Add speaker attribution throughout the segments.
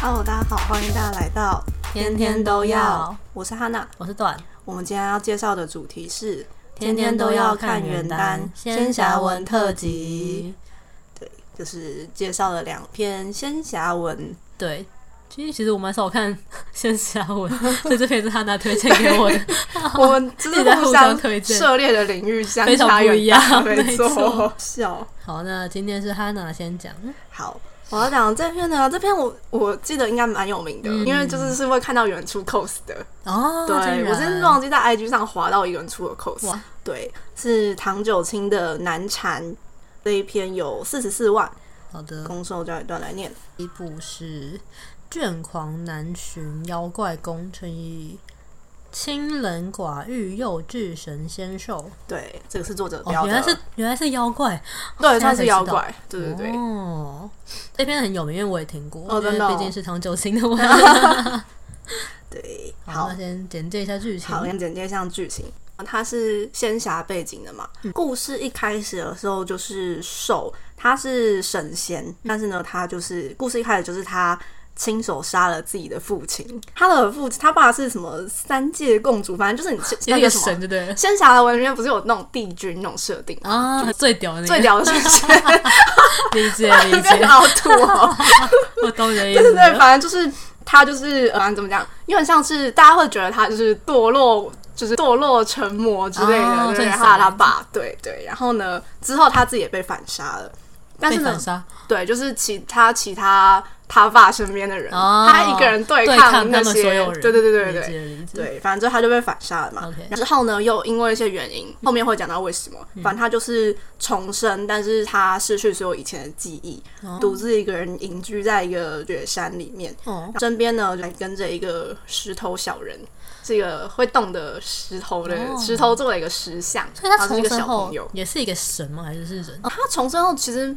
Speaker 1: Hello，大家好，欢迎大家来到
Speaker 2: 天天都要，
Speaker 1: 我是哈娜。
Speaker 2: 我是段，
Speaker 1: 我们今天要介绍的主题是
Speaker 2: 天天都要看原单仙侠文特
Speaker 1: 辑，
Speaker 2: 辑。
Speaker 1: 就是介绍了两篇仙侠文，
Speaker 2: 对，其实其实我蛮少看 仙侠文， 所以这篇是他拿推荐给我的。
Speaker 1: 我们就
Speaker 2: 一
Speaker 1: 是
Speaker 2: 直在
Speaker 1: 互
Speaker 2: 哦互
Speaker 1: 相
Speaker 2: 相推荐
Speaker 1: 涉猎的领域相
Speaker 2: 非常
Speaker 1: 差
Speaker 2: 不
Speaker 1: 远
Speaker 2: 一样
Speaker 1: 大没
Speaker 2: 没错
Speaker 1: 错，笑。
Speaker 2: 好，那今天是哈娜先讲，
Speaker 1: 好，我要讲这篇呢，这篇我我记得应该蛮有名的，
Speaker 2: 嗯
Speaker 1: 因为就是是会看到有人出 cos 的。
Speaker 2: 哦，
Speaker 1: 对
Speaker 2: 竟，然
Speaker 1: 我真的忘记在 IG 上划到一个人出的 cos
Speaker 2: 哇。
Speaker 1: 对，是唐九卿的《难缠》这一篇有四十四万，
Speaker 2: 好的，
Speaker 1: 公受教一段来念。
Speaker 2: 一部是《倦狂难寻妖怪宫》，乘以清冷寡欲又至神仙兽。
Speaker 1: 对，这个是作者
Speaker 2: 哦，
Speaker 1: 标的，
Speaker 2: 原来是原来是妖怪，
Speaker 1: 对，
Speaker 2: 现在
Speaker 1: 算是
Speaker 2: 才知
Speaker 1: 妖
Speaker 2: 道
Speaker 1: 怪，对对对。
Speaker 2: 哦，这篇很有名，因为我也听过，
Speaker 1: 哦真
Speaker 2: 因
Speaker 1: 的哦
Speaker 2: 为毕竟是唐九 卿的文。
Speaker 1: 对，
Speaker 2: 好，
Speaker 1: 好
Speaker 2: 哦那先简介一下剧情。
Speaker 1: 好，先简介一下剧情。呃它是仙侠背景的嘛？
Speaker 2: 嗯
Speaker 1: 故事一开始的时候就是兽，他是神仙，
Speaker 2: 嗯
Speaker 1: 但是呢，他就是故事一开始就是他亲手杀了自己的父亲。他的父，他爸是什么三界共主，反正就是你
Speaker 2: 有
Speaker 1: 那
Speaker 2: 一个
Speaker 1: 什么
Speaker 2: 神就对了
Speaker 1: 仙侠的文里面不是有那种帝君那种设定吗？
Speaker 2: 啊，最屌的那个
Speaker 1: 最屌的是仙，
Speaker 2: 理 解理解，
Speaker 1: 凹凸哦，
Speaker 2: 我懂你的意
Speaker 1: 对对
Speaker 2: 思
Speaker 1: 对，
Speaker 2: 了。
Speaker 1: 反正就是他就是呃，怎么讲，有点像是大家会觉得他就是堕落，就是堕落成魔之类的，
Speaker 2: 哦
Speaker 1: 对对，
Speaker 2: 最
Speaker 1: 他
Speaker 2: 惨
Speaker 1: 的他爸，对对，然后呢，之后他自己也被反杀了，但
Speaker 2: 被
Speaker 1: 是呢
Speaker 2: 反，杀，
Speaker 1: 对，就是其他其他他爸身边的人，
Speaker 2: 哦
Speaker 1: 他一个人对
Speaker 2: 对
Speaker 1: 抗
Speaker 2: 抗
Speaker 1: 那
Speaker 2: 他们
Speaker 1: 些，
Speaker 2: 所有人，
Speaker 1: 对对对对对
Speaker 2: 理。解理解。
Speaker 1: 对，反正他就被反杀了嘛。
Speaker 2: OK 嗯
Speaker 1: 之后呢，又因为一些原因，后面会讲到为什么。反正他就是重生，但是他失去所有以前的记忆，
Speaker 2: 哦
Speaker 1: 独自一个人隐居在一个雪山里面。
Speaker 2: 哦，
Speaker 1: 身边呢，还跟着一个石头小人，是一个会动的石头的、
Speaker 2: 哦
Speaker 1: 石头做了一个石像，
Speaker 2: 所以
Speaker 1: 然
Speaker 2: 他
Speaker 1: 后是一
Speaker 2: 重
Speaker 1: 个
Speaker 2: 生
Speaker 1: 小
Speaker 2: 后
Speaker 1: 朋友。
Speaker 2: 也是一个神吗？还是是人？
Speaker 1: 他重生后其实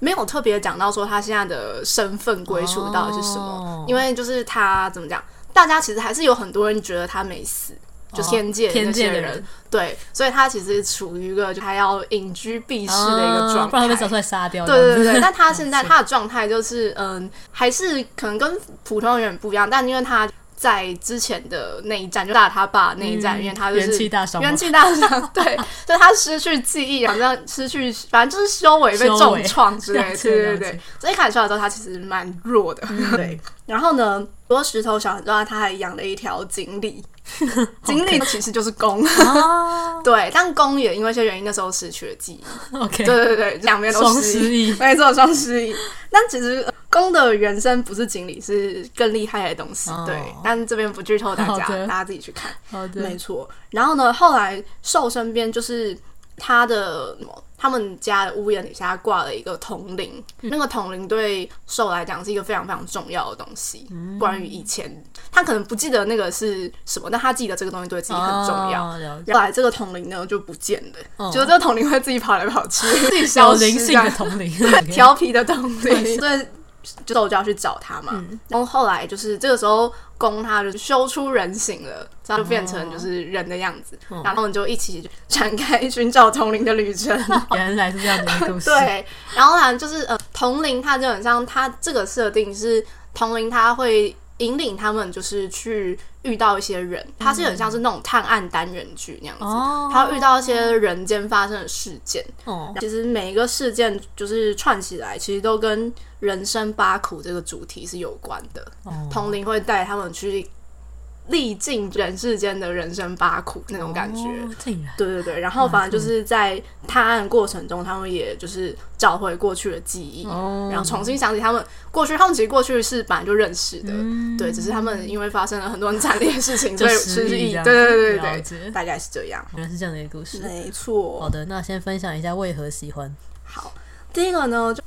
Speaker 1: 没有特别讲到说他现在的身份归属到底是什么，
Speaker 2: 哦
Speaker 1: 因为就是他怎么讲，大家其实还是有很多人觉得他没死。就
Speaker 2: 哦
Speaker 1: 天界那
Speaker 2: 天
Speaker 1: 些
Speaker 2: 界的
Speaker 1: 人，
Speaker 2: 人
Speaker 1: 对，所以他其实处于一个就他要隐居避世哦的一个
Speaker 2: 啊
Speaker 1: 状
Speaker 2: 不然会被
Speaker 1: 态
Speaker 2: 找。出来杀掉。
Speaker 1: 对对
Speaker 2: 这样子
Speaker 1: 对对，但他现在
Speaker 2: 是
Speaker 1: 他的状态就是，嗯，还是可能跟普通人不一样，但因为他在之前的那一战，就打他爸那一战，
Speaker 2: 嗯
Speaker 1: 因为他就是
Speaker 2: 元气大伤吗
Speaker 1: 元气大伤， 对，就他失去记忆，好像失去，反正就是修为被
Speaker 2: 修
Speaker 1: 重
Speaker 2: 为
Speaker 1: 创之类的，
Speaker 2: 了解
Speaker 1: 对对
Speaker 2: 了
Speaker 1: 对
Speaker 2: 解。
Speaker 1: 所以看得出来之后，他其实蛮弱的， 对。然后呢，除了石头小人之外，他还养了一条锦 鲤，锦鲤其实就是公，
Speaker 2: 啊
Speaker 1: 对，但公也因为一些原因，那时候失去了记忆，
Speaker 2: ，OK，
Speaker 1: 对对对，两边都
Speaker 2: 双
Speaker 1: 失忆。
Speaker 2: 失忆。
Speaker 1: 没错，双失忆。但其实呃公的原声不是锦鲤，是更厉害的东西。
Speaker 2: 哦
Speaker 1: 对，但这边不剧透大家，
Speaker 2: 好的
Speaker 1: 大家自己去看。
Speaker 2: 好
Speaker 1: 没
Speaker 2: 的，
Speaker 1: 错。然后呢，后来兽身边就是他的什么他们家的屋檐底下挂了一个铜铃，
Speaker 2: 嗯
Speaker 1: 那个铜铃对兽来讲是一个非常非常重要的东西。
Speaker 2: 嗯
Speaker 1: 关于以前，他可能不记得那个是什么，但他记得这个东西对自己很重要。
Speaker 2: 哦。了解
Speaker 1: 后来这个铜铃呢就不见了，
Speaker 2: 哦
Speaker 1: 觉得这个铜铃会自己跑来跑去，自己消
Speaker 2: 有
Speaker 1: 失
Speaker 2: 灵
Speaker 1: 这
Speaker 2: 性
Speaker 1: 样
Speaker 2: 的同龄，
Speaker 1: 调皮的东西，嗯嗯
Speaker 2: 对
Speaker 1: 所以就我就要去找他嘛。然后后来就是这个时候，公他就修出人形了，他就变成就是人的样子，
Speaker 2: 哦
Speaker 1: 然后我们就一起展开寻找同龄的旅程。
Speaker 2: 原来是这样的一个故事。
Speaker 1: 对，然后呢，就是呃，同龄他基本上他这个设定是同龄，他会引领他们就是去遇到一些人，他是很像是那种探案单元剧那样子，
Speaker 2: 哦，
Speaker 1: 他会遇到一些人间发生的事件，
Speaker 2: 哦，
Speaker 1: 其实每一个事件就是串起来，其实都跟人生八苦这个主题是有关的。
Speaker 2: 哦
Speaker 1: 同龄会带他们去历尽人世间的人生八苦那种感觉。
Speaker 2: 哦竟然
Speaker 1: 对对对，然后反正就是在探案过程中，他们也就是找回过去的记忆，
Speaker 2: 哦
Speaker 1: 然后重新想起他们过去，他们其实过去是本来就认识的，
Speaker 2: 嗯
Speaker 1: 对，只是他们因为发生了很多很惨烈的事情，所
Speaker 2: 就
Speaker 1: 以
Speaker 2: 失
Speaker 1: 失
Speaker 2: 忆
Speaker 1: 忆。对
Speaker 2: 这样
Speaker 1: 对对
Speaker 2: 了
Speaker 1: 对对，
Speaker 2: 解
Speaker 1: 大概是这样。
Speaker 2: 原来是这样的一个故事。
Speaker 1: 没错，
Speaker 2: 好的，那先分享一下为何喜欢。
Speaker 1: 好，第一个呢，就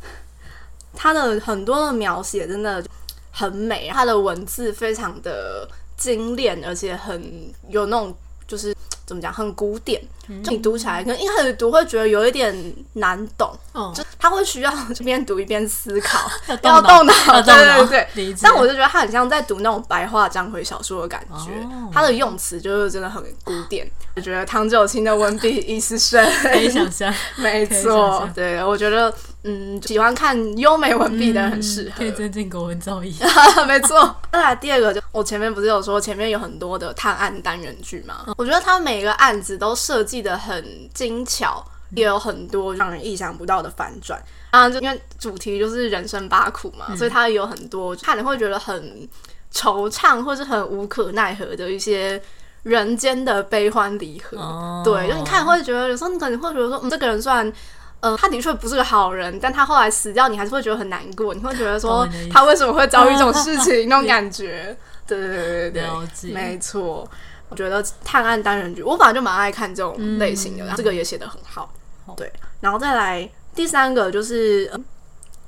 Speaker 1: 它的很多的描写真的很美，它的文字非常的精炼，而且很有那种就是怎么讲，很古典，
Speaker 2: 嗯
Speaker 1: 就你读起来可能一开始读会觉得有一点难懂，
Speaker 2: 哦
Speaker 1: 就它会需要这边读一边思 考，要
Speaker 2: 要
Speaker 1: 动
Speaker 2: 动
Speaker 1: 脑
Speaker 2: 脑，
Speaker 1: 对
Speaker 2: 要动脑
Speaker 1: 对对
Speaker 2: 理解
Speaker 1: 但我就觉得它很像在读那种白话章回小说的感觉
Speaker 2: 哦，
Speaker 1: 它的用词就是真的很古典。我 觉得唐九卿的文笔一丝深，
Speaker 2: 可以想象，
Speaker 1: 没
Speaker 2: 可以想
Speaker 1: 错
Speaker 2: 象，
Speaker 1: 对，我觉得嗯，喜欢看优美文笔的人很适合。
Speaker 2: 嗯可以增进国文造诣。
Speaker 1: 没错。再来第二个就，我前面不是有说前面有很多的探案单元剧吗？
Speaker 2: 嗯
Speaker 1: 我觉得它每个案子都设计的很精巧，也有很多让人意想不到的反转。啊，就因为主题就是人生八苦嘛，
Speaker 2: 嗯
Speaker 1: 所以它有很多看你会觉得很惆怅，或是很无可奈何的一些。人间的悲欢离合
Speaker 2: 哦
Speaker 1: 对，就你看会觉得，有时候你可能会觉得说，嗯，这个人虽然，呃，他的确不是个好人，但他后来死掉，你还是会觉得很难过，你会觉得说
Speaker 2: 懂你的意思
Speaker 1: 他为什么会遭遇这种事 情，那种感觉。对对对对
Speaker 2: 了
Speaker 1: 对，
Speaker 2: 解
Speaker 1: 没错。我觉得探案单人剧，我本来就蛮爱看这种类型
Speaker 2: 嗯
Speaker 1: 的，这个也写的很好。对，然后再来第三个就是、呃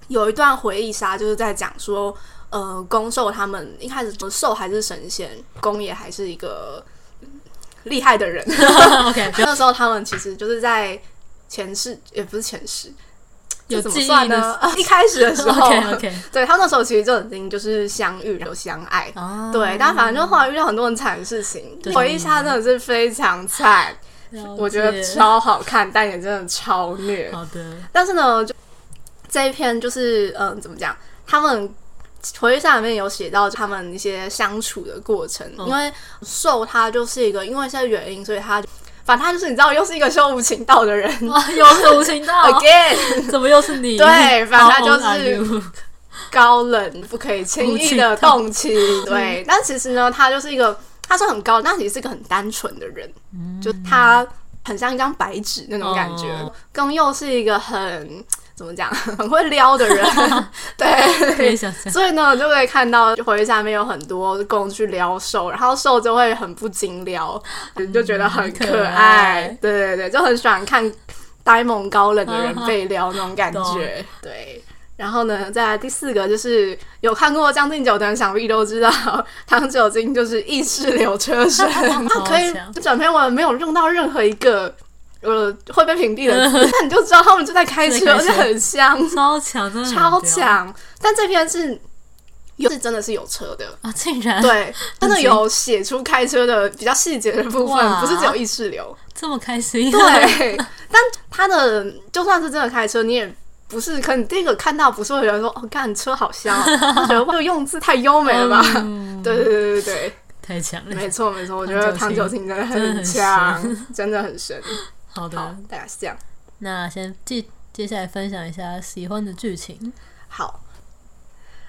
Speaker 1: 有一段回忆杀，就是在讲说，呃，宫寿他们一开始寿还是神仙，宫也还是一个嗯厉害的人，
Speaker 2: OK，
Speaker 1: 那时候他们其实就是在前世，也不是前世，这
Speaker 2: 有
Speaker 1: 怎么
Speaker 2: 记忆
Speaker 1: 算呢
Speaker 2: 的？
Speaker 1: 一开始的时候
Speaker 2: OK OK，
Speaker 1: 对他们那时候其实就已经就是相遇，有相爱。
Speaker 2: 啊，
Speaker 1: 对，但反正就后来遇到很多很惨的事情，
Speaker 2: 对
Speaker 1: 回忆杀真的是非常惨，
Speaker 2: 了
Speaker 1: 我觉得
Speaker 2: 解
Speaker 1: 超好看，但也真的超虐。
Speaker 2: 好 的，
Speaker 1: 但是呢，就这一篇就是嗯、呃怎么讲，他们。回忆杀里面有写到他们一些相处的过程，
Speaker 2: 嗯
Speaker 1: 因为受他就是一个因为一些原因，所以他反正他就是你知道又是一个胸无情道的人
Speaker 2: 哇，又是无情道，
Speaker 1: ，again
Speaker 2: 怎么又是你？
Speaker 1: 对反正
Speaker 2: How old
Speaker 1: 就是
Speaker 2: are you？
Speaker 1: 高冷，不可以轻易的动情。
Speaker 2: 嗯
Speaker 1: 对，但其实呢，他就是一个他是很高，但其实是一个很单纯的人，就他很像一张白纸那种感觉
Speaker 2: 嗯哦。
Speaker 1: 更又是一个很怎么讲， 很会撩 的人，对，
Speaker 2: 可以想 象，
Speaker 1: 所以呢，就可以看到回忆下面有很多公去撩兽，然后兽就会很不经撩，就觉得很可
Speaker 2: 嗯可
Speaker 1: 爱。
Speaker 2: 爱
Speaker 1: 对对对，就很喜欢看呆萌高冷的人被撩那种感
Speaker 2: 懂
Speaker 1: 觉。对。然后呢，再来第四个就是有看过《将进酒》的人，想必都知道唐九经就是意识流车 神，他 可以
Speaker 2: 强
Speaker 1: 整篇文没有用到任何一个呃会被屏蔽的 字，但你就知道他们就在开车，
Speaker 2: 在
Speaker 1: 而
Speaker 2: 开
Speaker 1: 且
Speaker 2: 车
Speaker 1: 很香。
Speaker 2: 超强，真的很
Speaker 1: 超
Speaker 2: 屌
Speaker 1: 强。但这篇是有是真的是有车的，
Speaker 2: 啊！竟然
Speaker 1: 对，真的有写出开车的比较细节的部分，
Speaker 2: 哇
Speaker 1: 不是只有意识流。
Speaker 2: 这么开心，
Speaker 1: 对，但他的就算是真的开车，你也。不是，可能第一个看到不是会觉得说，哦，干车好香、啊，就觉得哇这个用字太优美了吧？
Speaker 2: 嗯
Speaker 1: 对对对对对
Speaker 2: 太强
Speaker 1: 对，
Speaker 2: 了。
Speaker 1: 没错没错，我觉得
Speaker 2: 唐
Speaker 1: 唐
Speaker 2: 九
Speaker 1: 九卿真的
Speaker 2: 真的
Speaker 1: 很
Speaker 2: 很啊
Speaker 1: 强，真的很神。
Speaker 2: 好
Speaker 1: 好
Speaker 2: 的，，
Speaker 1: 大概是这样。
Speaker 2: 那先接接下来分享一下喜欢的 剧情。
Speaker 1: 好，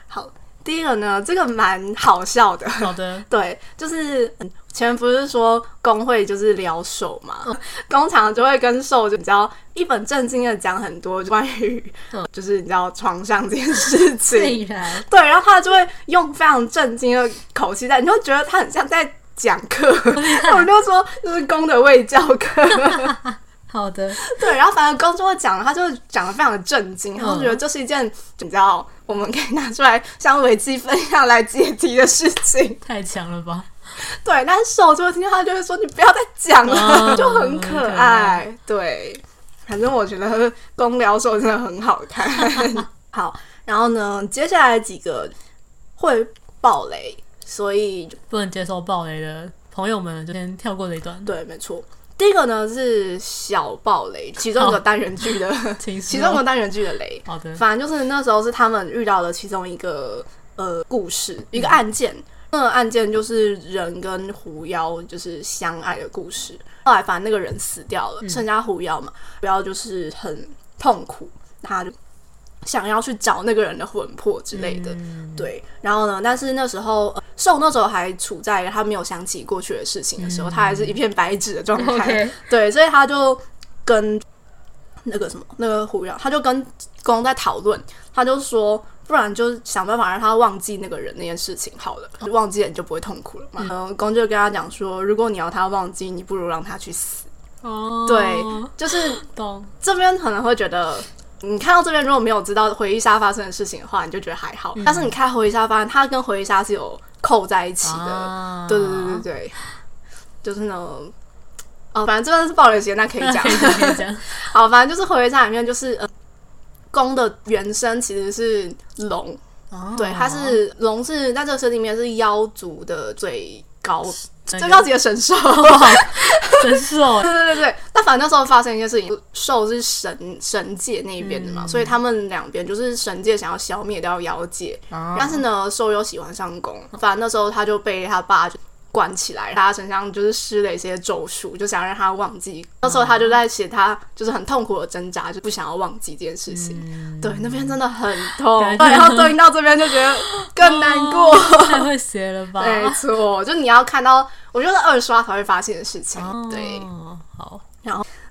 Speaker 1: 好，第一个呢，这个蛮好笑的，
Speaker 2: 好的，
Speaker 1: 对，就是嗯前面不是说工会就是聊手嘛， 工厂就会跟兽就比较一本正经的讲很多关于
Speaker 2: 嗯，
Speaker 1: 就是你知道床上这件事情，
Speaker 2: 竟然
Speaker 1: 对，然后他就会用非常震惊的口气在，你就觉得他很像在讲课， 我就说就是公的卫教课，
Speaker 2: 好的，
Speaker 1: 对，然后反正工作讲，他就讲的非常的震惊，然后觉得这是一件你知道我们可以拿出来像微积分一样来解题的事情。
Speaker 2: 太强了吧？
Speaker 1: 对，但是我就会听到他就会说你不要再讲了，
Speaker 2: 嗯
Speaker 1: 就很可
Speaker 2: 很可
Speaker 1: 爱
Speaker 2: 爱。
Speaker 1: 对，反正我觉得公聊手真的很好看。好，然后呢，接下来几个会爆雷，所以
Speaker 2: 不能接受暴雷的朋友们，就先跳过这一段。
Speaker 1: 对，没错。第一个呢是小爆雷，其中一个
Speaker 2: 好
Speaker 1: 单元剧的，
Speaker 2: 请
Speaker 1: 其
Speaker 2: 说
Speaker 1: 中一个单元剧的雷。
Speaker 2: 好的，
Speaker 1: 反正就是那时候是他们遇到了其中一个呃故事，一个案件。那个案件就是人跟狐妖就是相爱的故事。后来反正那个人死掉了，剩下狐妖嘛，狐妖就是很痛苦，他就想要去找那个人的魂魄之类的。
Speaker 2: 嗯
Speaker 1: 对，然后呢？但是那时候，呃兽、那时候还处在他没有想起过去的事情的时候，他还是一片白纸的状态。
Speaker 2: OK，
Speaker 1: 对，所以他就跟那个什么那个胡杨，他就跟公在讨论，他就说，不然就想办法让他忘记那个人那件事情好了，忘记了你就不会痛苦了嘛。然后公就跟他讲说，如果你要他忘记，你不如让他去死。
Speaker 2: 哦，
Speaker 1: 对，就是
Speaker 2: 懂，
Speaker 1: 这边可能会觉得。你看到这边如果没有知道回忆杀发生的事情的话，你就觉得还好。但是你看回忆杀发现，它跟回忆杀是有扣在一起的，
Speaker 2: 啊
Speaker 1: 对对对对对，就是呢，哦，反正这边是暴雷时间，那可以讲
Speaker 2: 可。以讲，可 以讲，
Speaker 1: 好，反正就是回家里面就是呃，公的原声其实是龙，
Speaker 2: 哦
Speaker 1: 对，它是龙是在这个设定里面是妖族的最高
Speaker 2: 那
Speaker 1: 最
Speaker 2: 个
Speaker 1: 高级的神兽。
Speaker 2: 哇，神 兽
Speaker 1: 对对对对，那反正那时候发生一件事情，兽是神神界那一边的嘛，所以他们两边就是神界想要消灭掉妖界，
Speaker 2: 啊！
Speaker 1: 但是呢，兽又喜欢上宫，反正那时候他就被他爸就关起来，他身上就是施了一些咒术，就想让他忘记。那时候
Speaker 2: 嗯
Speaker 1: 他就在写他就是很痛苦的挣扎，就不想要忘记这件事情。对，那边真的很痛，
Speaker 2: 嗯对哦
Speaker 1: 对，然后对应到这边就觉得更难 过。
Speaker 2: 太会写了吧？
Speaker 1: 没错，就你要看到，我觉得二刷才会发现的事情。对，
Speaker 2: 哦，好，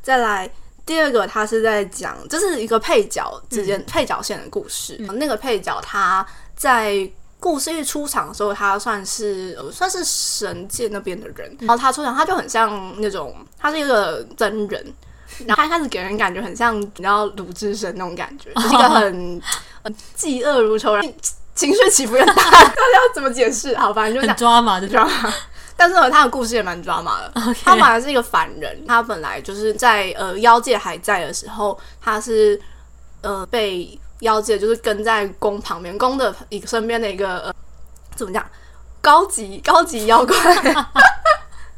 Speaker 1: 再来第二个，他是在讲，这是一个配角之间、配角线的故事。那个配角他在故事一出场的时候，他算是、呃算是神界那边的人，然后他出场，他就很像那种，他是一个真人。然后他一开始给人感觉很像，你知道鲁智深那种感觉，就是一个很呃嫉恶如仇，然 后情绪起伏很大。 大家要怎么解释？好，反正就这样
Speaker 2: 很。抓马的，
Speaker 1: 抓马，但是呢，他的故事也蛮抓马的。 他本来是一个凡人，他本来就是在呃妖界还在的时候，他是呃被妖界就是跟在宫旁边，宫的一个身边的一个、呃、怎么讲高级高级妖怪，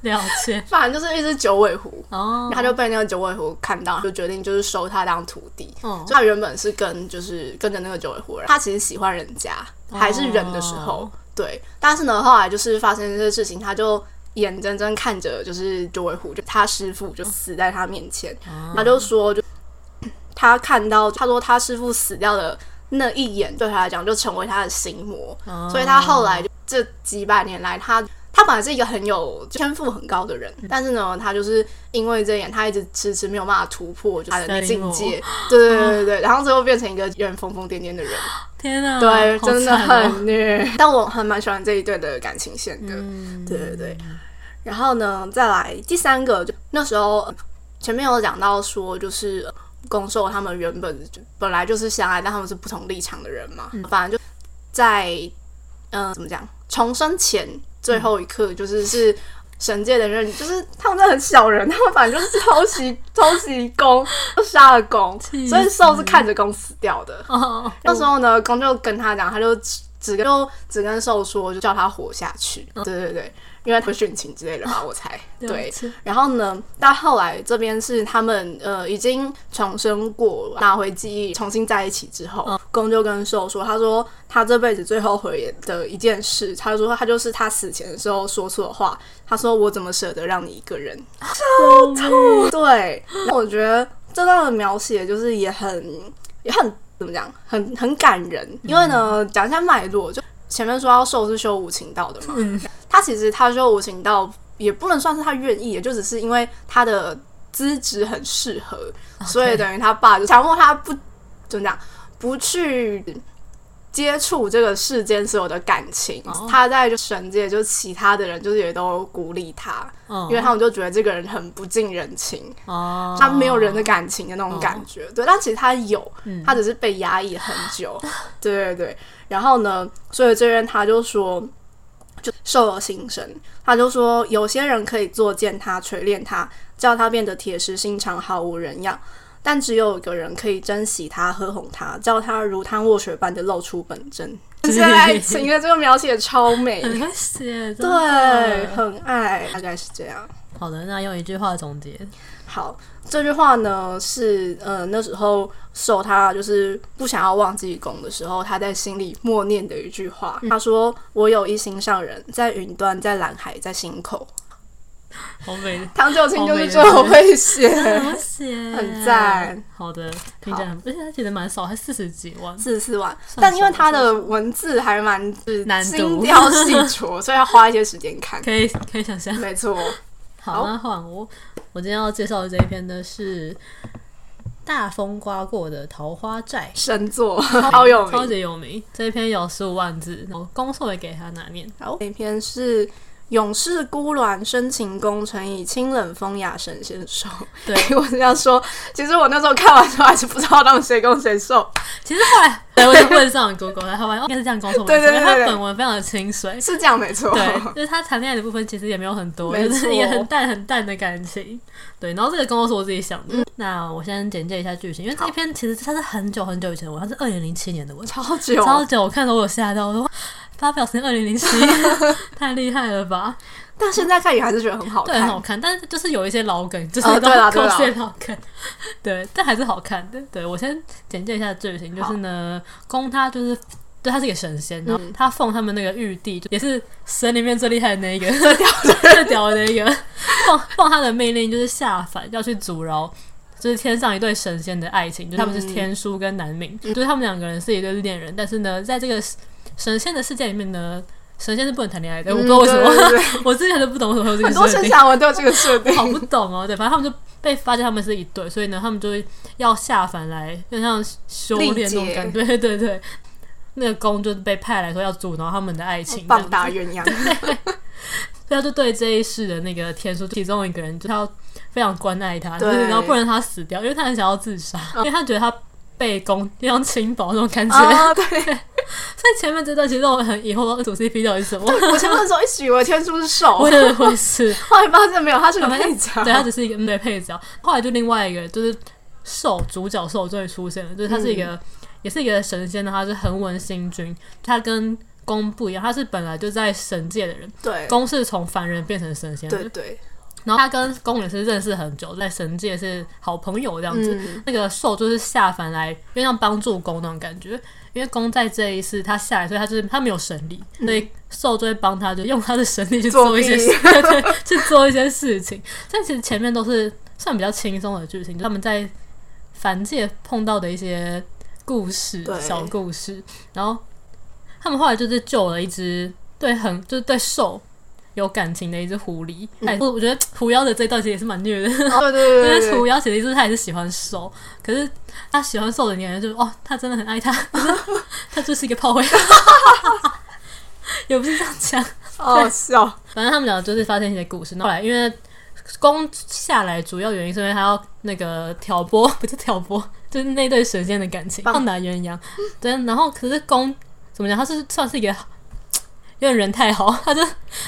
Speaker 2: 了解
Speaker 1: 反正就是一只九尾狐。
Speaker 2: 哦，
Speaker 1: 他就被那个九尾狐看到，就决定就是收他当徒弟。
Speaker 2: 哦
Speaker 1: 就他原本是跟就是跟着那个九尾狐的人，他其实喜欢人家，还是人的时候，
Speaker 2: 哦
Speaker 1: 对。但是呢，后来就是发生这些事情，他就眼睁睁看着就是九尾狐就他师傅就死在他面前，
Speaker 2: 嗯
Speaker 1: 他就说就他看到他说他师傅死掉的那一眼，对他来讲就成为他的心魔，
Speaker 2: 哦
Speaker 1: 所以他后来就这几百年来他。他本来是一个很有天赋很高的人，
Speaker 2: 嗯
Speaker 1: 但是呢，他就是因为这一点，他一直迟迟没有办法突破就是他的
Speaker 2: 心魔
Speaker 1: 境界，对对
Speaker 2: 哦
Speaker 1: 对对对，然后最后变成一个人疯疯癫癫的人，
Speaker 2: 天哪，
Speaker 1: 对，
Speaker 2: 嗯好
Speaker 1: 真的
Speaker 2: 惨哦嗯
Speaker 1: 很虐。 但我很蛮喜欢这一对的感情线的，对对对。然后呢，再来第三个，就那时候呃前面有讲到说，就是呃宫受他们原本就本来就是相爱，但他们是不同立场的人嘛，反正就在嗯、呃怎么讲，重生前最后一刻，就是是。神界的人就是他们真的很小人，他们反正就是偷袭 偷袭宫，就杀了宫，
Speaker 2: 气
Speaker 1: 所以兽是看着宫死掉的。
Speaker 2: 哦，
Speaker 1: 那时候呢，公就跟他讲，他就只只跟就只跟兽说，就叫他活下去。对对对，因为他会殉情之类的吧，我猜。
Speaker 2: 了
Speaker 1: 对，
Speaker 2: 解
Speaker 1: 然后呢，到后来这边是他们呃已经重生过，拿回记忆，重新在一起之后，公就跟兽说，他说他这辈子最后悔的一件事，他说他就是他死前的时候说错话，他说我怎么舍得让你一个人，
Speaker 2: 哦
Speaker 1: 嗯 对，那我觉得这段的描写就是也很也很怎么讲，很很感人。因为呢，
Speaker 2: 嗯
Speaker 1: 讲一下脉络，就前面说到受是修无情道的嘛，
Speaker 2: 嗯
Speaker 1: 他其实他修无情道也不能算是他愿意，也就只是因为他的资质很适合所以等于他爸就强迫他不怎么讲，不去。接触这个世间所有的感情
Speaker 2: 哦
Speaker 1: 他在神界就其他的人就是也都鼓励他，因为
Speaker 2: 哦
Speaker 1: 他们就觉得这个人很不近人情，
Speaker 2: 哦，
Speaker 1: 他没有人的感情的那种感觉。对，但其实他有，
Speaker 2: 嗯
Speaker 1: 他只是被压抑很久。对对对。然后呢，所以这边他就说，就受了心声，他就说有些人可以作践他、锤炼他，叫他变得铁石心肠、毫无人样。但只有一个人可以珍惜他、呵护他，叫他如汤卧雪般的露出本 真。这些爱情的这个描写超美，
Speaker 2: 很会写，真
Speaker 1: 对，
Speaker 2: 的。
Speaker 1: 很爱，大概是这样。
Speaker 2: 好的，那用一句话总结，
Speaker 1: 好，这句话呢是呃那时候受他就是不想要忘记公的时候，他在心里默念的一句话。
Speaker 2: 嗯
Speaker 1: 他说：“我有一心上人，在云端，在蓝海，在心口。
Speaker 2: 好美，”
Speaker 1: 唐九卿就是这么会写，
Speaker 2: 很会写，
Speaker 1: 很赞。
Speaker 2: 好的，听起来很，而且他写的蛮少，还四十几万，
Speaker 1: 四十四万。
Speaker 2: 算
Speaker 1: 但因为
Speaker 2: 少
Speaker 1: 他的文字还蛮就是
Speaker 2: 难读
Speaker 1: 精雕细琢，所以要花一些时间 看。
Speaker 2: 可以可以想象。
Speaker 1: 没错，
Speaker 2: 好，
Speaker 1: 好
Speaker 2: 那换我。我今天要介绍的这一篇呢是大风刮过的桃花 寨，
Speaker 1: 神作，好有
Speaker 2: 超
Speaker 1: 名。
Speaker 2: 级有名。这一篇有十五万字，我公授也给他拿念。
Speaker 1: 好，那篇是。勇士孤鸾深情功，乘以清冷风雅神仙手。
Speaker 2: 对，
Speaker 1: 我是要说，其实我那时候看完之后还是不知道他们谁攻谁受，
Speaker 2: 其实后来 对我就 问上了 Google，然后发现哦应该是这样公授
Speaker 1: 对
Speaker 2: 文，
Speaker 1: 对对
Speaker 2: 因为他
Speaker 1: 对对
Speaker 2: 本文非常的 清水。
Speaker 1: 是这样没错。
Speaker 2: 对，就是他谈恋爱的部分其实也没有很多，
Speaker 1: 没
Speaker 2: 就
Speaker 1: 错
Speaker 2: 是一个很淡很淡的感情。对，然后这个公授是我自己想的。
Speaker 1: 嗯
Speaker 2: 那我先简介一下剧情，因为这一篇其实它是很久很久以前的文，它是二零零七年的文，
Speaker 1: 超久，
Speaker 2: 超久，我看的我有吓到，我说发表时间二零 零七，太厉害了吧？
Speaker 1: 但现在看也还是觉得很好
Speaker 2: 对，很
Speaker 1: 看。
Speaker 2: 好看，但是就是有一些老梗，就是
Speaker 1: 哦对啦对
Speaker 2: 口
Speaker 1: 啦
Speaker 2: 水老梗， 对，但还是好看的。对我先简介一下剧情，就
Speaker 1: 好
Speaker 2: 是呢，公他就是。对，他是一个神仙，然后
Speaker 1: 嗯
Speaker 2: 他奉他们那个玉帝，就也是神里面最厉害的 那一个，最屌的、最屌的那一个，奉奉他的命令就是下凡要去阻挠，就是天上一对神仙的爱情，就他们
Speaker 1: 嗯
Speaker 2: 是天书跟南明，就是他们两个人是一对恋人，但是呢，在这个神仙的世界里面呢，神仙是不能谈恋哎爱的，我不知道为什么，
Speaker 1: 嗯对对对
Speaker 2: 我之前都不懂为什么会有这
Speaker 1: 很
Speaker 2: 个
Speaker 1: 多
Speaker 2: 设
Speaker 1: 仙
Speaker 2: 定，
Speaker 1: 侠文都有这个设 定。
Speaker 2: 搞不懂哦。对，反正他们就被发现他们是一对，所以呢，他们就要下凡来，就像修炼那种感觉。对 对对，那个公就被派来说要阻挠他们的爱情，这样
Speaker 1: 棒
Speaker 2: 子
Speaker 1: 打鸳鸯，
Speaker 2: 所以他就对这一世的那个天书其中一个人，就他要非常关爱他，
Speaker 1: 对
Speaker 2: 就是然后不能他死掉，因为他很想要自杀，因为他觉得他被公就像轻薄那种感觉。
Speaker 1: 啊，对，
Speaker 2: 所以前面这段其实让我很疑惑，主 CP 到底是什么？
Speaker 1: 我前面说一起以为天书是手，
Speaker 2: 我也会是。
Speaker 1: 后来发现没有，他是个配角。
Speaker 2: 对，他只是一个嗯对配角。后来就另外一个就是兽主角兽终于出现了，就是他是一
Speaker 1: 嗯
Speaker 2: 个、也是一个神仙的，他是恒文星君，他跟公不一样，他是本来就在神界的人，
Speaker 1: 对
Speaker 2: 公是从凡人变成神仙的，
Speaker 1: 对对，
Speaker 2: 然后他跟公也是认识很久，在神界是好朋友这样子。
Speaker 1: 嗯，
Speaker 2: 那个兽就是下凡来，因为像帮助公那种感觉，因为公在这一世他下来，所以他就是他没有神力，所以兽就会帮他，就用他的神力去做一些事， 对对，去做一些事情。但其实前面都是算比较轻松的剧情，就他们在凡界碰到的一些故事、
Speaker 1: 对
Speaker 2: 小故事，然后他们后来就是救了一只对很就是对兽。有感情的一只狐狸，哎、我我觉得狐妖的这一段其实也是蛮虐的，
Speaker 1: 哦对对对
Speaker 2: 但
Speaker 1: 对
Speaker 2: 是
Speaker 1: 对
Speaker 2: 狐妖其实 就是他也是喜欢瘦，可是他喜欢瘦的年人就是哦，他真的很爱 他，可是他就是一个炮灰， 也不是这样讲。
Speaker 1: 哦笑，
Speaker 2: 反正他们俩就是发生一些故事，然后后来因为攻下来主要原因是因为他要那个挑拨， 不是挑拨，就是那对神仙的感情，
Speaker 1: 棒
Speaker 2: 棒打鸳鸯。对，然后可是公怎么讲，他是算是一个因为人太好，他就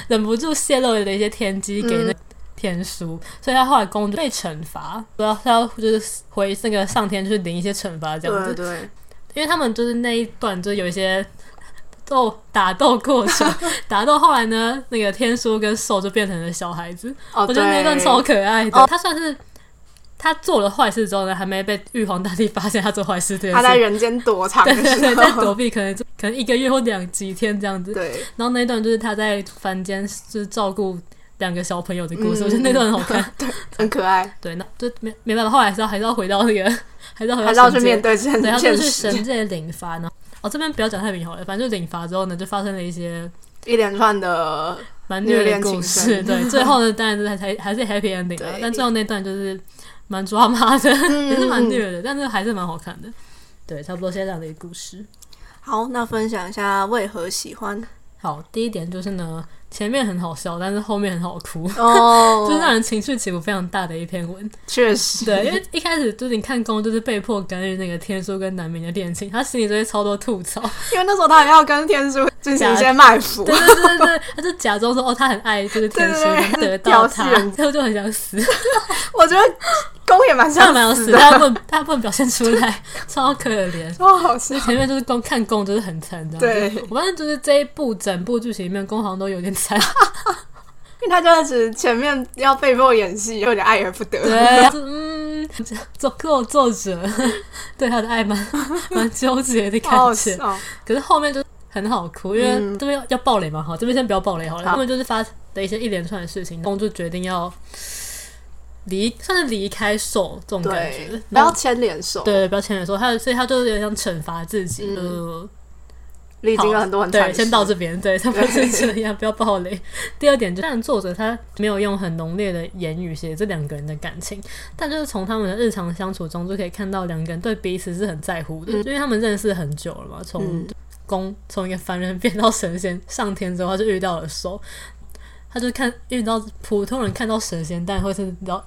Speaker 2: 忍不住泄露了一些天机给那天书，所以他后来公就被惩罚，不要他要就是回那个上天去领一些惩罚这样子
Speaker 1: 对。对，
Speaker 2: 因为他们就是那一段就有一些斗打斗过程， 打斗后来呢，那个天书跟兽就变成了小孩子，
Speaker 1: 哦
Speaker 2: 我觉得那一段超可爱的。他算是他做了坏事之后呢，还没被玉皇大帝发现他做坏事这件
Speaker 1: 他在
Speaker 2: 事。
Speaker 1: 人间躲藏
Speaker 2: 对
Speaker 1: 的
Speaker 2: 对对，
Speaker 1: 时
Speaker 2: 在
Speaker 1: 候，
Speaker 2: 躲避，可能就可能一个月或两几天这样子。
Speaker 1: 对，
Speaker 2: 然后那一段就是他在凡间就是照顾两个小朋友的故
Speaker 1: 嗯
Speaker 2: 事，我觉得那段很好 看。
Speaker 1: 很可 爱，
Speaker 2: 对，那就没没办法，后来还是要还是要回到那个，还是要回到
Speaker 1: 还是要
Speaker 2: 神
Speaker 1: 去
Speaker 2: 界
Speaker 1: 面对现
Speaker 2: 对，他就
Speaker 1: 现
Speaker 2: 去
Speaker 1: 实，
Speaker 2: 神界领罚呢。哦，这边不要讲太明好了，反正就领罚之后呢，就发生了一些
Speaker 1: 一连串的
Speaker 2: 蛮虐
Speaker 1: 虐
Speaker 2: 的
Speaker 1: 恋
Speaker 2: 故
Speaker 1: 情
Speaker 2: 事。
Speaker 1: 深
Speaker 2: 对，最后呢，当然是还 还是 happy ending 啊
Speaker 1: 对，
Speaker 2: 但最后那段就是蛮抓马的， 也是蛮
Speaker 1: 嗯嗯
Speaker 2: 虐的，但是还是蛮好看的。对，差不多现在这样的一个故事。
Speaker 1: 好，那分享一下为何喜 欢
Speaker 2: 好，第一点就是呢，前面很好笑，但是后面很好哭，
Speaker 1: 哦
Speaker 2: 就是让人情绪起伏非常大的一篇文。
Speaker 1: 确实，
Speaker 2: 对，因为一开始就是你看宫，就是被迫干预那个天书跟南明的恋情，他心里就会超多吐槽，
Speaker 1: 因为那时候他也要跟天书进行一些卖腐，
Speaker 2: 对对对对，对，他就假装说哦，他很爱就是天书，
Speaker 1: 对对
Speaker 2: 他得到
Speaker 1: 屌丝
Speaker 2: 他，
Speaker 1: 人
Speaker 2: 最后就很想死，
Speaker 1: 我觉得公也蛮
Speaker 2: 他
Speaker 1: 像
Speaker 2: 蛮想
Speaker 1: 死
Speaker 2: 死，
Speaker 1: 的，
Speaker 2: 他不能他不能表现出来，超可怜。
Speaker 1: 哦，好笑，
Speaker 2: 前面就是公看公就是很惨的，
Speaker 1: 对
Speaker 2: 我发现就是这一部整部剧情里面，公好像都有点 惨，
Speaker 1: 因为他就是前面要被迫演戏，有点爱而不得，
Speaker 2: 对，就是嗯，作作作者 对他的爱蛮蛮纠结的
Speaker 1: 好好
Speaker 2: 感觉，
Speaker 1: 笑，
Speaker 2: 可是后面就很好哭，因为
Speaker 1: 嗯
Speaker 2: 这边要要暴雷嘛，好，这边先不要暴雷好了。
Speaker 1: 好
Speaker 2: 他们就是发的一些一连串的事情，公就决定要离，算是离开兽这种感觉
Speaker 1: 对，，不
Speaker 2: 然
Speaker 1: 要
Speaker 2: 后
Speaker 1: 牵连手，
Speaker 2: 对不要牵连手，他所以他就有点想惩罚自己，
Speaker 1: 嗯
Speaker 2: 呃，
Speaker 1: 历经了很多很惨
Speaker 2: 对，
Speaker 1: 的
Speaker 2: 先到
Speaker 1: 事
Speaker 2: 这边，对，差不多是这样，不要暴雷。 第二点，就虽然作者他没有用很浓烈的言语写这两个人的感情，但就是从他们的日常相处中就可以看到两个人对彼此是很在乎的，
Speaker 1: 嗯
Speaker 2: 因为他们认识很久了嘛，从
Speaker 1: 嗯
Speaker 2: 公从一个凡人变到神仙，上天之后他就遇到了兽，他就看遇到普通人看到神仙，但会是你知道。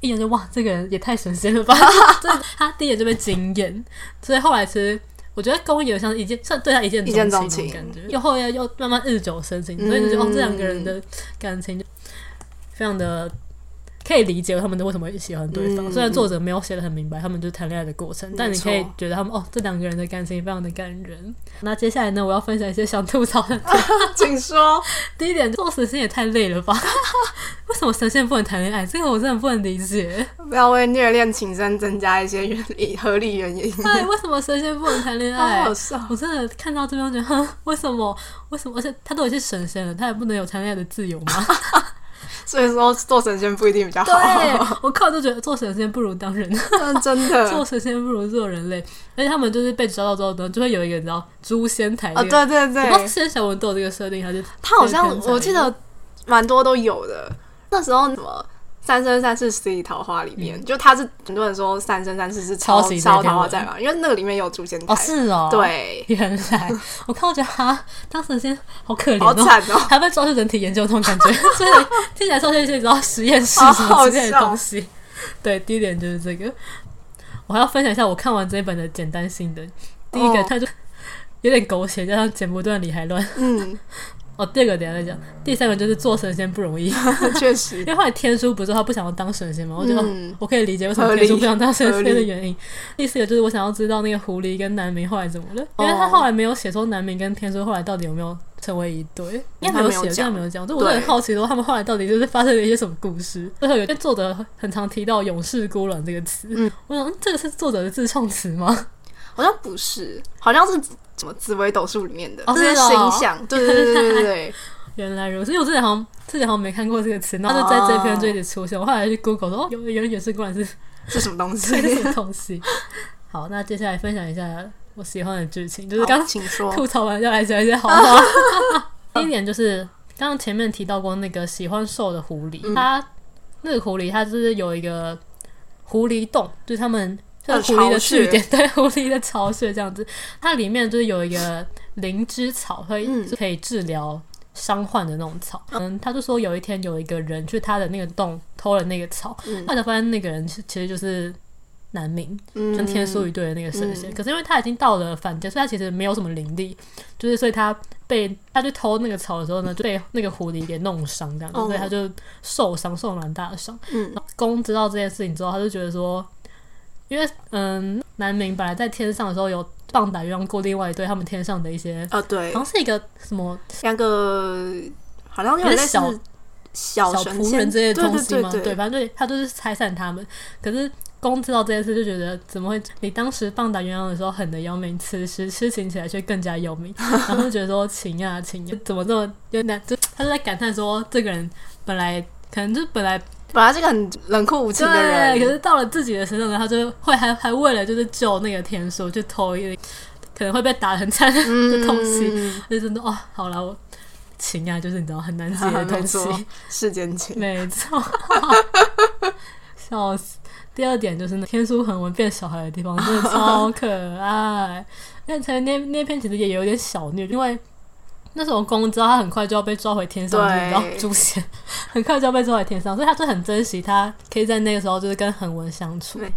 Speaker 2: 一眼就哇，这个人也太神仙 了吧！对，他第一眼就被惊艳，所以后来其实我觉得公有像一见，算对他一见
Speaker 1: 一见
Speaker 2: 钟
Speaker 1: 钟
Speaker 2: 情
Speaker 1: 情
Speaker 2: 那种感觉，又后来又慢慢日久生情，所以就觉得、哦，
Speaker 1: 嗯
Speaker 2: 这两个人的感情就非常的可以理解他们的为什么喜欢对方。
Speaker 1: 嗯
Speaker 2: 虽然作者没有写的很明白，他们就是谈恋爱的过程，但你可以觉得他们哦，这两个人的感情非常的感人。那接下来呢，我要分享一些想吐槽的。
Speaker 1: 请说。
Speaker 2: 第一点，做神仙也太累了吧？ 为什么神仙不能谈恋爱？这个我真的不能理解。
Speaker 1: 不要为虐恋情深增加一些原理合理原因，
Speaker 2: 哎，为什么神仙不能谈恋
Speaker 1: 好
Speaker 2: 爱？
Speaker 1: 好笑。
Speaker 2: 我真的看到这边我觉得， 哼，为什么？为什么？而且他都已经是神仙了，他也不能有谈恋爱的自由吗？
Speaker 1: 所以说做神仙不一定比较
Speaker 2: 对
Speaker 1: 好，，
Speaker 2: 我靠，都觉得做神仙不如当 人，
Speaker 1: 真的真
Speaker 2: 做
Speaker 1: 的。
Speaker 2: 神仙不如做人类。而且他们就是被抓到之后呢，就会有一个你知道诛仙台
Speaker 1: 啊，
Speaker 2: 那个。
Speaker 1: 对对
Speaker 2: 我不知道
Speaker 1: 对，
Speaker 2: 仙小文都有这个设定，还是
Speaker 1: 他好像
Speaker 2: 天才
Speaker 1: 我记得蛮多都有的。那时候什么《三生三世十里桃花》里
Speaker 2: 嗯
Speaker 1: 面，就他是很多人说《三生三世》是
Speaker 2: 抄
Speaker 1: 抄
Speaker 2: 袭
Speaker 1: 抄
Speaker 2: 这篇
Speaker 1: 桃花
Speaker 2: 文
Speaker 1: 寨嘛，因为那个里面有诛仙台
Speaker 2: 哦，是哦，，
Speaker 1: 对，
Speaker 2: 原来我看我觉得哈，当神仙好可
Speaker 1: 好
Speaker 2: 怜哦。
Speaker 1: 惨 哦。
Speaker 2: 还被抓去人体研究那种感觉， 所以听起来像是一些你知道实验室什么之类的东西。对，第一点就是这个。我还要分享一下我看完这一本的简单心得。第一个，
Speaker 1: 哦
Speaker 2: 它就有点狗血，加上剪不断理还乱。
Speaker 1: 嗯，
Speaker 2: 哦，第二个等一下再讲。第三个就是做神仙不容易， 因
Speaker 1: 确实，
Speaker 2: 为后来天书不是说他不想要当神仙吗？我觉得、哦
Speaker 1: 嗯，
Speaker 2: 我可以理解为什么
Speaker 1: 合理
Speaker 2: 天书不想当神仙
Speaker 1: 合
Speaker 2: 的
Speaker 1: 理
Speaker 2: 原因。第四个就是我想要知道那个狐狸跟南明后来怎么了，因为他
Speaker 1: 哦
Speaker 2: 后来没有写说南明跟天书后来到底有没有成为一对，应该没有写，这样没有讲。就我就很
Speaker 1: 对
Speaker 2: 好奇说他们后来到底就是发生了一些什么故事。最后有些作者很常提到“勇士孤狼”这个词，
Speaker 1: 嗯
Speaker 2: 我想嗯这个是作者的自创词吗？
Speaker 1: 好像不是，好像是什么紫微斗数里面的
Speaker 2: 哦
Speaker 1: 这些
Speaker 2: 是哦
Speaker 1: 形象，对对对对对对，
Speaker 2: 原来如此，因为我之前好像之前好像没看过这个词，然后就在这篇就一直出现。我后来去 Google 说，哦，有有人勇士孤狼是
Speaker 1: 是什么东西
Speaker 2: 这？是什 么东西？好，那接下来分享一下我喜欢的剧情，就是
Speaker 1: 好
Speaker 2: 刚
Speaker 1: 请说，
Speaker 2: 吐槽完要来讲一些好话。 第一点就是刚刚前面提到过那个喜欢瘦的狐狸，
Speaker 1: 嗯
Speaker 2: 它那个狐狸它就是有一个狐狸洞，就是他们就是狐狸的
Speaker 1: 哦巢
Speaker 2: 据
Speaker 1: 穴
Speaker 2: 点，对 狐狸的巢穴这样子。它里面就是有一个灵芝草，可以、
Speaker 1: 嗯
Speaker 2: 可以治疗。伤患的那种草，嗯，他就说有一天有一个人去他的那个洞偷了那个草，
Speaker 1: 嗯
Speaker 2: 后来发现那个人其其实就是南明，
Speaker 1: 嗯
Speaker 2: 跟天书一对的那个神仙，
Speaker 1: 嗯
Speaker 2: 可是因为他已经到了凡间，所以他其实没有什么灵力，就是所以他被他去偷那个草的时候呢，就被那个狐狸给弄伤，这样子，
Speaker 1: 哦
Speaker 2: 所以他就受伤，受了蛮大的伤。
Speaker 1: 嗯
Speaker 2: 然后公知道这件事情之后，他就觉得说，因为嗯，南明本来在天上的时候有棒打鸳鸯过另外一对他们天上的一些，
Speaker 1: 啊，对
Speaker 2: 好，像是一个什么
Speaker 1: 两个好像有
Speaker 2: 有
Speaker 1: 点类
Speaker 2: 点
Speaker 1: 似
Speaker 2: 小
Speaker 1: 小
Speaker 2: 小
Speaker 1: 神
Speaker 2: 仆
Speaker 1: 仙
Speaker 2: 人这些
Speaker 1: 对
Speaker 2: 东西
Speaker 1: 对
Speaker 2: 吗？
Speaker 1: 对对，
Speaker 2: 反正就他就是拆散他们。可是公知道这件事，就觉得怎么会？你当时棒打鸳鸯的时候狠的要命，此时痴情起来却更 加要命。然后就觉得说情呀、情呀、啊怎么这么有点难？就他就在感叹说，这个人本来可能就是本来
Speaker 1: 本来是个很冷酷无情的
Speaker 2: 对，可
Speaker 1: 人，
Speaker 2: 是到了自己的身上呢，他就会还还为了就是救那个天书，去偷一个可能会被打得很惨 的
Speaker 1: 嗯，
Speaker 2: 东西。就真的哦，好了，我情呀、就是你知道很难解的
Speaker 1: 嗯 没
Speaker 2: 东西。
Speaker 1: 错，世间情，
Speaker 2: 没错， 笑死。第二点就是呢，天书很文变小孩的 地方真的超可爱。那才那那篇其实也有点小虐，因为那时候公知道他很快就要被抓回天上，
Speaker 1: 对
Speaker 2: 然后诛仙，很快就要被抓回天上，所以他就很珍惜他可以在那个时候就是跟恒文相处。
Speaker 1: 对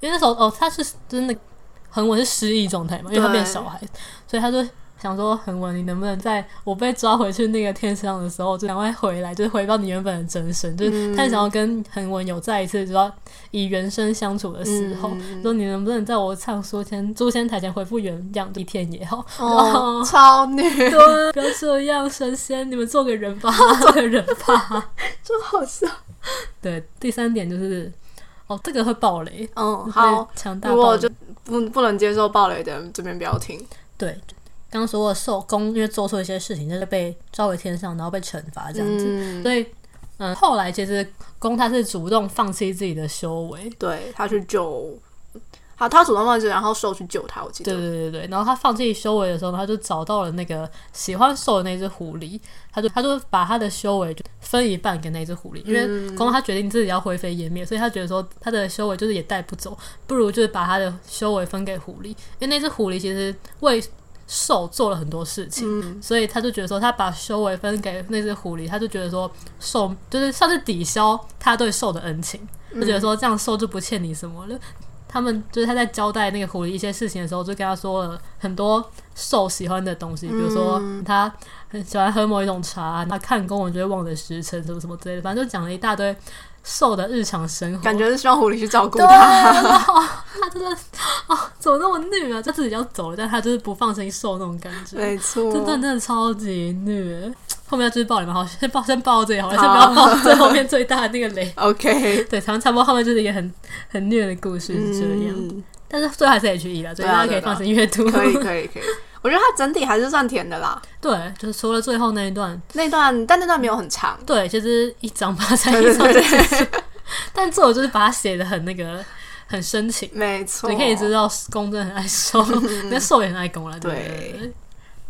Speaker 2: 因为那时候哦，他是真的恒文是失忆状态嘛，因为他变小孩，所以他就想说恒文，你能不能在我被抓回去那个天上的时候，就赶快回来，就是回到你原本的真身，
Speaker 1: 嗯
Speaker 2: 就是他想要跟恒文有再一次，就要以原身相处的时候。
Speaker 1: 嗯
Speaker 2: 说你能不能在我唱书前、诛仙台前恢复原样一天也好？
Speaker 1: 哦，超虐，
Speaker 2: 对，不要这样，神仙，你们做个 人吧，做个人吧。
Speaker 1: 真好笑。
Speaker 2: 对，第三点就是，哦，这个会爆雷，
Speaker 1: 嗯，好，，
Speaker 2: 强大
Speaker 1: 如
Speaker 2: 爆
Speaker 1: 果
Speaker 2: 雷
Speaker 1: 就。不不能接受暴雷的人，这边不要听。
Speaker 2: 对，刚刚说过受公因为做错一些事情，就是被召回天上，然后被惩罚这样子。
Speaker 1: 嗯，
Speaker 2: 所以，嗯，后来其实公他是主动放弃自己的修为，
Speaker 1: 对他去救，好，他主动放弃，然后兽去救他，我记
Speaker 2: 对
Speaker 1: 得。
Speaker 2: 对对对。然后他放弃修为的时候，他就找到了那个喜欢兽的那只狐狸，他就他就把他的修为就分一半给那只狐狸，因
Speaker 1: 嗯
Speaker 2: 为公他决定自己要灰飞烟灭，所以他觉得说他的修为就是也带不走，不如就是把他的修为分给狐狸，因为那只狐狸其实为兽做了很多事情。
Speaker 1: 嗯，
Speaker 2: 所以他就觉得说，他把修为分给那只狐狸，他就觉得说兽就是算是抵消他对兽的恩情，
Speaker 1: 嗯
Speaker 2: 就觉得说这样兽就不欠你什么了。他们就是他在交代那个狐狸一些事情的时候，就跟他说了很多兽喜欢的东西，比如说
Speaker 1: 嗯
Speaker 2: 他很喜欢喝某一种茶，他看公文就会忘了时辰，什么什么之类的，反正就讲了一大堆兽的日常生活。
Speaker 1: 感觉是希望狐狸去照顾
Speaker 2: 对，
Speaker 1: 它。
Speaker 2: 然后 他真的哦，怎么那么虐啊？就自己要走了，但他就是不放心受那种感觉，
Speaker 1: 没错，
Speaker 2: 真的真的超级虐。后面要就是爆你们，好， 先爆先爆到这里好了，先不要爆最后面最大的那个雷。
Speaker 1: OK，
Speaker 2: 对，差不多差不多后面就是一个很很虐的故事是这样，
Speaker 1: 嗯，
Speaker 2: 但是最后还是 H E 了，所以
Speaker 1: 对啊
Speaker 2: 大家可以放心阅读。
Speaker 1: 可以可以可以，我觉得它整体还是算甜的啦。
Speaker 2: 对，就是除了最后那一段，
Speaker 1: 那段但那段没有很长，
Speaker 2: 对，就是一张巴 才
Speaker 1: 对
Speaker 2: 一
Speaker 1: 对
Speaker 2: 张
Speaker 1: 对
Speaker 2: 就
Speaker 1: 对
Speaker 2: 结束。 但作者就是把它写的很那个很深情。
Speaker 1: 没错，
Speaker 2: 你可以知道公真的 很爱瘦，那瘦也很爱公了，对不
Speaker 1: 对
Speaker 2: 对。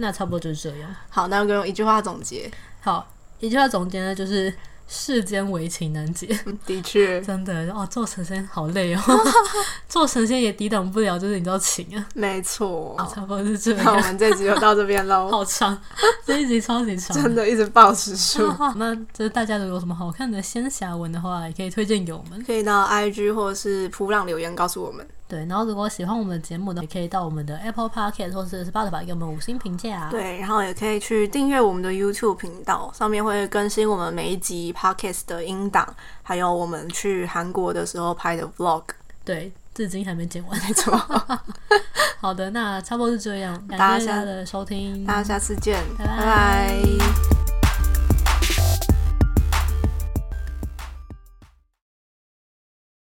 Speaker 2: 那差不多就是这样。
Speaker 1: 好，那我用一句话总结，
Speaker 2: 好，一句话总结呢，就是世间唯情难解，
Speaker 1: 嗯 的确
Speaker 2: 真的哦，做神仙好累哦， 做神仙也抵挡不了，就是你知道情啊。
Speaker 1: 没错。
Speaker 2: 好，差不多是这
Speaker 1: 那我
Speaker 2: 样，
Speaker 1: 们这集就到这边喽，
Speaker 2: 好长，这一集超级长。
Speaker 1: 真的一直报时数。
Speaker 2: 那就是大家如果有什么好看的仙侠文的话，也可以推荐给我们。
Speaker 1: 可以到 IG 或者是普朗留言告诉我们。
Speaker 2: 对，然后如果喜欢我们的节目呢，也可以到我们的 Apple Podcast 或是 Spotify 给我们五星评价、啊。
Speaker 1: 对，然后也可以去订阅我们的 YouTube 频道，上面会更新我们每一集 Podcast 的音档，还有我们去韩国的时候拍的 Vlog。
Speaker 2: 对，至今还没剪完。
Speaker 1: 没错，
Speaker 2: 好的，那差不多是这样，
Speaker 1: 大家
Speaker 2: 感谢大
Speaker 1: 下
Speaker 2: 家的收听，
Speaker 1: 大家下次见，
Speaker 2: 拜
Speaker 1: 拜拜